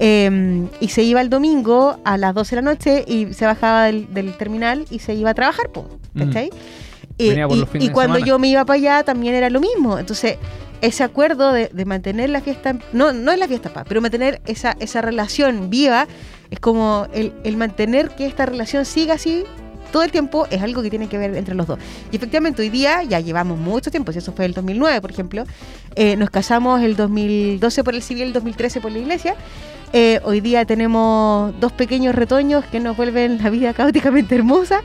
B: Eh, y se iba el domingo a las 12 de la noche y se bajaba del, del terminal y se iba a trabajar, po, ¿cachai? Eh,
C: Venía por
B: y
C: los fines
B: y
C: de
B: cuando
C: semana.
B: yo me iba para allá también era lo mismo. Entonces, ese acuerdo de, de mantener la fiesta, en- no, no es la fiesta en paz, pero mantener esa, esa relación viva, es como el, el mantener que esta relación siga así todo el tiempo, es algo que tiene que ver entre los dos. Y efectivamente hoy día ya llevamos mucho tiempo, si eso fue el 2009, por ejemplo, eh, nos casamos el 2012 por el civil, 2013 por la iglesia. Eh, hoy día tenemos dos pequeños retoños que nos vuelven la vida [LAUGHS] caóticamente hermosa,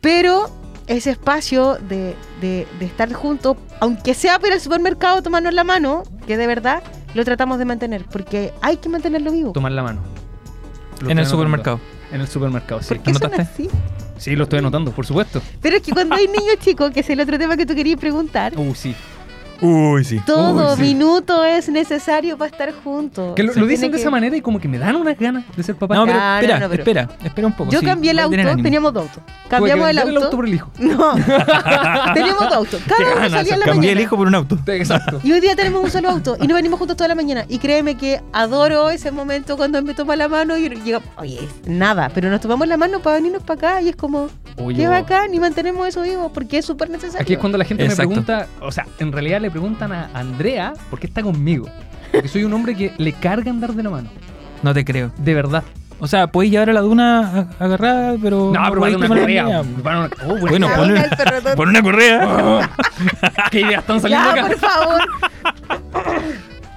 B: pero ese espacio de, de- de estar juntos, aunque sea para el supermercado tomarnos la mano, que de verdad lo tratamos de mantener, porque hay que mantenerlo vivo.
C: mm, Tomar la mano. Lo
A: En el
C: estoy anotando.
A: supermercado.
C: En el supermercado, sí.
B: ¿Por qué son
A: ¿Anotaste?
B: así?
C: Sí, lo estoy anotando, por supuesto. [LAUGHS]
B: Pero es que cuando hay niños chicos, que es el otro tema que tú querías preguntar,
C: Uh, sí.
A: Uy, sí.
B: Todo
C: Uy, sí.
B: minuto es necesario para estar juntos.
C: Que lo,
B: Se
C: lo dicen
B: tiene
C: de esa
B: que-
C: manera y como que me dan unas ganas de ser papá.
A: No, pero
B: Claro,
A: espera,
B: no, pero-
A: espera, espera un poco.
B: Yo
A: sí,
B: cambié el
A: igual
B: auto,
A: tienen ánimo.
B: teníamos dos autos.
C: Tuve que
B: Cambiamos el
C: vender
B: auto.
C: el auto por el hijo.
B: No,
C: [LAUGHS]
B: [LAUGHS] teníamos dos autos.
C: Qué
B: Cada uno
C: ganas,
B: salía en la
A: Cambié el
B: mañana.
A: hijo por un auto.
B: [LAUGHS]
C: Exacto.
B: Y hoy día tenemos un solo auto y nos venimos juntos toda la mañana. Y créeme que adoro ese momento cuando me toma la mano y llega, oye, es nada, pero nos tomamos la mano para venirnos para acá y es como,
C: Oye,
B: qué
C: oh.
B: bacán y mantenemos eso vivo porque es súper necesario.
C: Aquí es cuando la gente
A: Exacto.
C: me pregunta, o sea, en realidad le preguntan a Andrea por qué está conmigo. Porque soy un hombre que le carga andar de la mano.
A: No te creo.
C: De verdad.
A: O sea, podéis llevar a la duna a- agarrada, pero. podéis tomar la niña.
C: oh,
A: Bueno,
B: Ya,
A: pon
B: venga
A: una-
B: el perrotón.
A: Por una correa.
C: pues, ¿Qué ideas están
B: [LAUGHS]
C: saliendo
B: Ya,
C: acá?
B: por
C: [LAUGHS]
B: favor.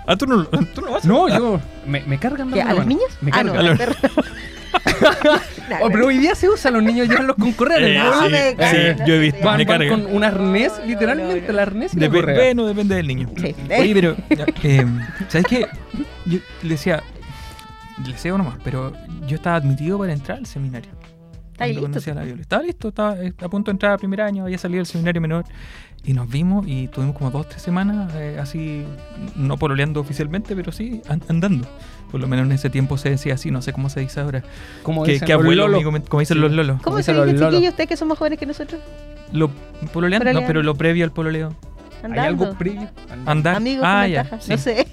A: Ah, tú no, tú no vas a-
C: No, yo. Me, me cargan
B: ¿Qué,
C: andar de
B: ¿A
C: la
B: los
C: mano.
B: niños?
C: Me
B: ah,
C: cargan.
B: no,
A: carga.
B: al perro. Nah,
C: [LAUGHS] Oh, pero hoy día se usan los niños llevarlos con correa.
A: Eh,
B: no
C: ¿no?
A: sí,
B: me
A: sí,
B: cargan,
A: yo he
B: no
A: visto.
B: te
C: Van,
A: me
C: van
A: cargan.
C: con un arnés,
B: No, no, no,
C: literalmente,
B: no.
C: el arnés y la
A: Dep-
C: correa.
A: bueno, depende del niño.
B: Sí.
A: Oye, pero. eh, ¿Sabes qué? Yo le decía. Le decía nomás, pero yo estaba admitido para entrar al seminario.
B: ¿Estás
A: Cuando
B: listo?
A: conocí a la Viola. Estaba listo, estaba eh, a punto de entrar a primer año, había salido del seminario menor. Y nos vimos y tuvimos como dos, tres semanas eh, así, no pololeando oficialmente, pero sí an- andando. Por lo menos en ese tiempo se decía así, no sé cómo se dice ahora.
C: Como
A: Que,
C: dicen,
A: que
C: los
A: abuelo,
C: lolos.
A: amigo, como dicen
C: Sí.
A: los lolos.
B: ¿Cómo se
C: dicen los
B: dice,
C: lolos.
B: chiquillos, ustedes que son más jóvenes que nosotros?
A: Lo, pololeando,
B: Pololeando.
A: no, pero lo previo al pololeo.
C: ¿Hay
B: Andando.
C: algo previo?
A: Andar.
B: Amigos
A: ah,
B: con
A: ya.
B: ventaja.
A: sí. [LAUGHS]
B: No sé,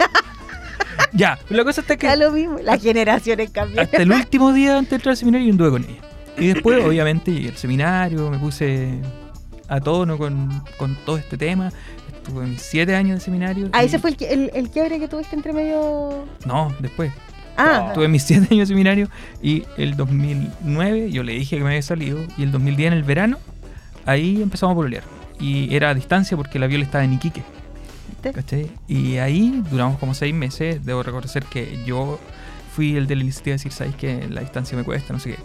A: Ya, la cosa está que
B: ya [LAUGHS] lo mismo. Las generaciones cambian. [LAUGHS]
A: hasta el último día antes de entrar al seminario yo anduve con ella. Y después, obviamente, llegué al seminario, me puse a tono con, con todo este tema. Estuve mis siete años de seminario.
B: Ah,
A: y-
B: ese fue el, que- el, el quiebre que tuviste entre medio.
A: No, después.
B: Ah,
A: Tuve mis siete años de seminario y el 2009 yo le dije que me había salido y el 2010 en el verano ahí empezamos a pololear. Y era a distancia porque la viola estaba en Iquique.
B: ¿viste?
A: ¿cachai? Y ahí duramos como seis meses. Debo reconocer que yo fui el de la iniciativa de decir, ¿sabes que La distancia me cuesta, no sé qué.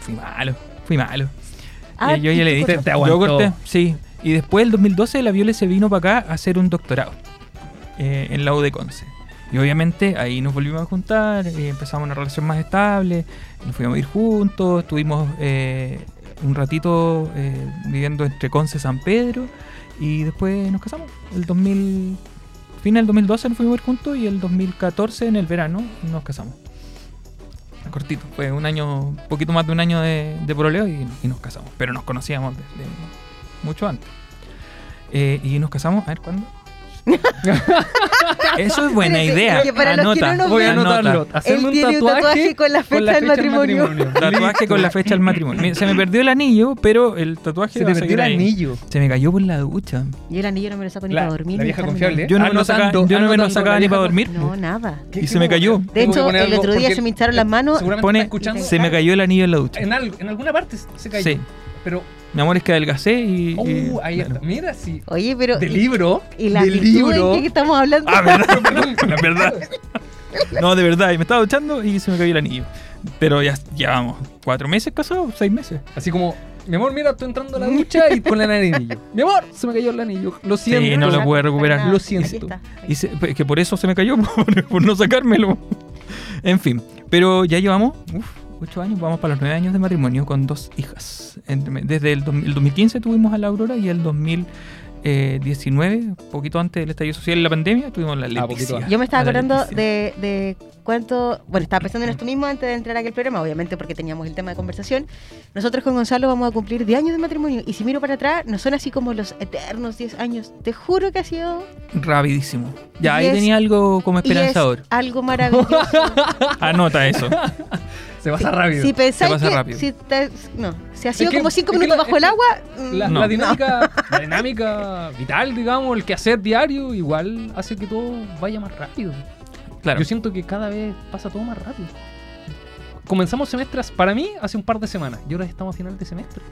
A: Fui malo, fui malo.
B: Ah,
A: y yo ya le dije,
C: cortaste. Te aguantó.
A: sí. Y después, el 2012, la Viole se vino para acá a hacer un doctorado eh, en la U de Conce. Y obviamente ahí nos volvimos a juntar, eh, empezamos una relación más estable, nos fuimos a ir juntos, estuvimos eh, un ratito eh, viviendo entre Conce y San Pedro y después nos casamos. El 2000, fin del 2012 nos fuimos a ir juntos y el 2014 en el verano nos casamos. Cortito, fue un año, un poquito más de un año de, de pololeo y, y nos casamos. Pero nos conocíamos desde mucho antes. Eh, y nos casamos, a ver
B: [LAUGHS]
A: cuándo. Eso es buena
B: Espérate,
A: idea.
B: que para los que
A: Anota,
B: no nos
C: Voy a
B: vean,
A: anota.
C: anotarlo. Hacerme un
B: tiene un
C: tatuaje,
B: tatuaje con la fecha del matrimonio.
A: [LAUGHS] Tatuaje con la fecha del matrimonio. Mira, se me perdió el anillo, pero el tatuaje
C: [LAUGHS] Se
A: va
C: te
A: a
C: perdió
A: seguir
C: el
A: ahí.
C: anillo.
A: Se me cayó por la ducha.
B: Yo el anillo no me lo saco ni
C: La-
B: para dormir.
C: la
B: ni
C: vieja
B: para
C: confiable.
A: Yo ¿eh? Ah, no me lo
C: Anotando,
A: sacaba, yo no me lo
C: anotando,
A: sacaba ni
C: la vieja
A: para
C: con-
A: dormir.
B: nada. No, nada.
A: Y se me cayó.
B: De
C: Tengo que
B: hecho,
C: poner
B: el
C: algo
B: otro día
C: porque
B: se me hincharon las manos.
C: seguramente
A: Pone-
C: está escuchando.
A: Se me cayó el anillo en la ducha.
C: En, algo- en alguna parte se cayó.
A: Sí.
C: Pero,
A: Mi amor, es que adelgacé y. y-
C: uh, ahí
A: claro.
C: está. Mira, sí.
B: Oye, pero.
C: De
B: y-
C: libro.
B: ¿Y la
C: de
B: actitud en
C: libro.
B: qué que estamos hablando?
A: Ah,
B: [LAUGHS]
A: verdad, [LAUGHS] perdón, la verdad. No, de verdad, y me estaba duchando y se me cayó el anillo. Pero ya llevamos cuatro meses casados, seis meses.
C: Así como, mi amor, mira, estoy entrando a la ducha y ponle el anillo. Mi amor, se me cayó el anillo. Lo siento.
A: no lo pude recuperar.
B: Nada,
A: Lo
B: aquí
A: siento.
B: está.
A: Y se- es que por eso se me cayó, [LAUGHS] por, por no sacármelo. En fin, pero ya llevamos uf, ocho años, vamos para los nueve años de matrimonio con dos hijas. Entre- Desde el, 2000 el 2015 tuvimos a la Aurora y el 2019, poquito antes del estallido social y la pandemia, tuvimos la
C: Ah, poquito
A: Leticia.
C: antes.
B: Yo me estaba
A: A la
B: acordando
A: Leticia.
B: de, de cuánto. Bueno, estaba pensando en esto mismo antes de entrar a aquel programa, obviamente, porque teníamos el tema de conversación. Nosotros con Gonzalo vamos a cumplir 10 años de matrimonio. Y si miro para atrás, no son así como los eternos 10 años. Te juro que ha sido.
A: Rapidísimo. Ya ahí
B: Y es-
A: tenía algo como
B: y es
A: esperanzador.
C: [LAUGHS]
B: algo maravilloso.
A: Anota eso.
C: Se pasa rápido.
B: Si pensáis
A: pasa
B: que
A: rápido.
B: Si, te- no, si ha sido
C: que-
B: como cinco
C: es que
B: minutos
C: la-
B: bajo el
C: es
B: agua, mm,
C: La,
A: No.
C: la dinámica, la dinámica vital, digamos, el quehacer diario, igual hace que todo vaya más rápido.
A: Claro.
C: Yo siento que cada vez pasa todo más rápido. Comenzamos semestres, para mí, hace un par de semanas. Y ahora estamos a final de semestre.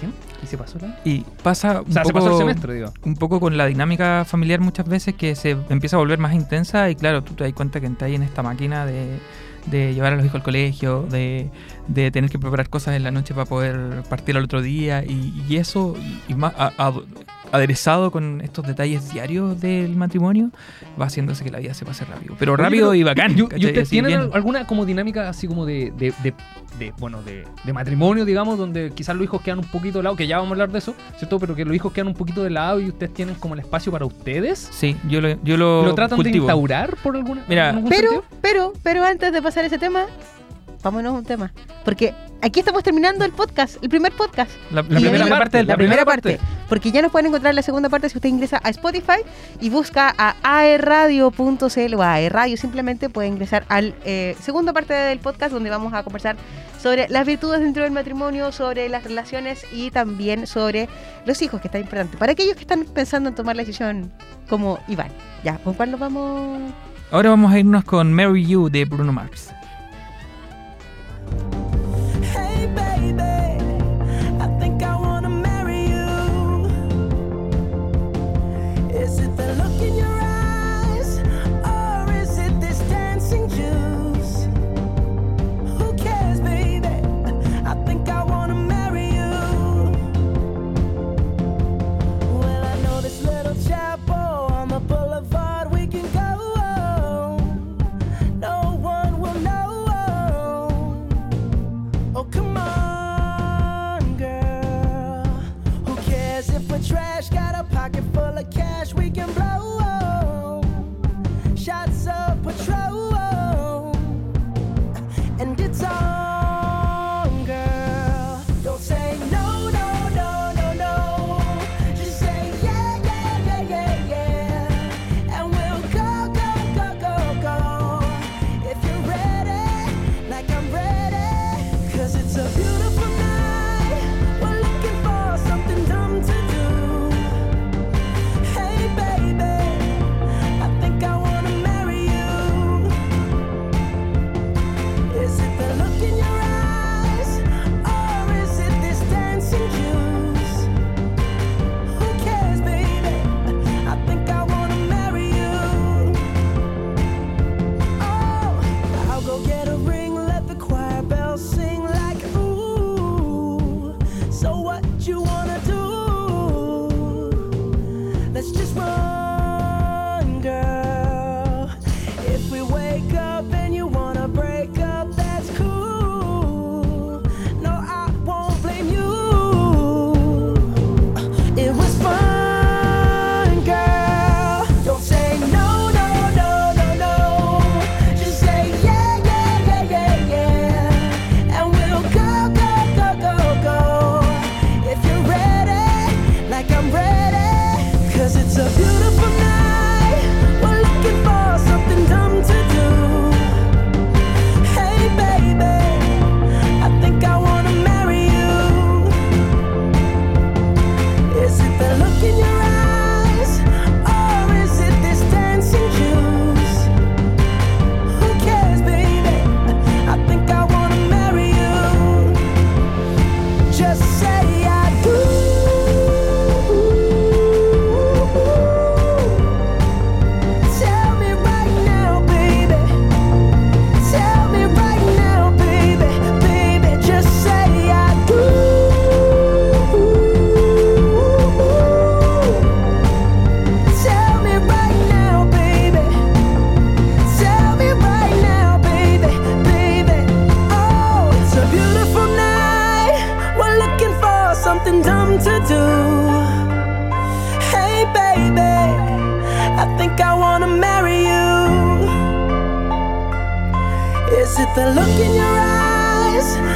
C: Gente, ¿y se pasó el año?
A: Y pasa un
C: O sea, se
A: poco...
C: pasó el semestre, digo.
A: un poco con la dinámica familiar muchas veces que se empieza a volver más intensa y claro, tú te das cuenta que estás ahí en esta máquina de, de llevar a los hijos al colegio, de, de tener que preparar cosas en la noche para poder partir al otro día y, y eso, y, y más, a- a- aderezado con estos detalles diarios del matrimonio, va haciéndose que la vida se pase rápido. Pero
C: Oye,
A: rápido
C: pero-
A: y bacán.
C: ¿Y, y
A: ¿cachai?
C: ustedes
A: Así
C: tienen
A: bien.
C: al- alguna como dinámica así como de, de- de- de, bueno, de, de matrimonio, digamos, donde quizás los hijos quedan un poquito de lado, que ya vamos a hablar de eso, ¿cierto? Pero que los hijos quedan un poquito de lado y ustedes tienen como el espacio para ustedes.
A: Sí, yo lo, yo lo,
C: ¿Lo tratan de
A: cultivo.
C: instaurar por alguna
A: Mira,
C: en algún
B: Pero,
C: sentido?
B: pero, pero antes de pasar ese tema, vámonos a un tema. Porque aquí estamos terminando el podcast, el primer podcast.
A: La, la
B: Y
A: primera
B: ahí-
A: parte del
B: la
A: la
B: primera parte. Porque ya nos pueden encontrar la segunda parte si usted ingresa a Spotify y busca a aerradio.cl o aerradio. Simplemente puede ingresar al eh, segunda parte del podcast donde vamos a conversar sobre las virtudes dentro del matrimonio, sobre las relaciones y también sobre los hijos, que está importante. Para aquellos que están pensando en tomar la decisión como Iván. Ya, ¿con cuál nos vamos?
A: Ahora vamos a irnos con Mary You de Bruno Mars.
E: Hey baby, I think I wanna marry you. Is it the look in your eyes, or is it this dancing juice? Who cares, baby? I think I wanna marry you. Well, I know this little chapel on the boulevard we can go. No one will know. Oh, come on, girl. Who cares if we're trash? Got a pocket full of cash we can blow. Shots of patrol. And it's on, girl. Don't say no, no, no, no, no. Just say yeah, yeah, yeah, yeah, yeah. And we'll go, go, go, go, go. If you're ready, like I'm ready. Cause it's a beautiful night. We're looking for something dumb to do. Hey, baby, I think I wanna marry you. Is it the look in your eyes? Or is it this dancing juice? Who cares, baby? I think I wanna marry you. Oh, I'll go get a ring, let the choir bells sing like ooh. So what you wanna do? Let's just run, girl. If we wake up and you wanna break up, that's cool. No, I won't blame you. It was fun, girl. Don't say no, no, no, no, no. Just say yeah, yeah, yeah, yeah, yeah. And we'll go, go, go, go, go. If you're ready, like I'm ready. Cause it's a beautiful night. We're looking for something dumb to do. Hey, baby, I think I wanna marry you. Is it the look in your eyes? Or is it this dancing juice? Who cares, baby? I think I wanna marry you. Just say I do. Tell me right now, baby. Tell me right now, baby, baby, just say I do. Tell me right now, baby. Tell me right now, baby, baby. Oh, it's a beautiful night. We're looking for something dumb to do. Hey, baby, I think I wanna marry you. Is it the look in your eyes?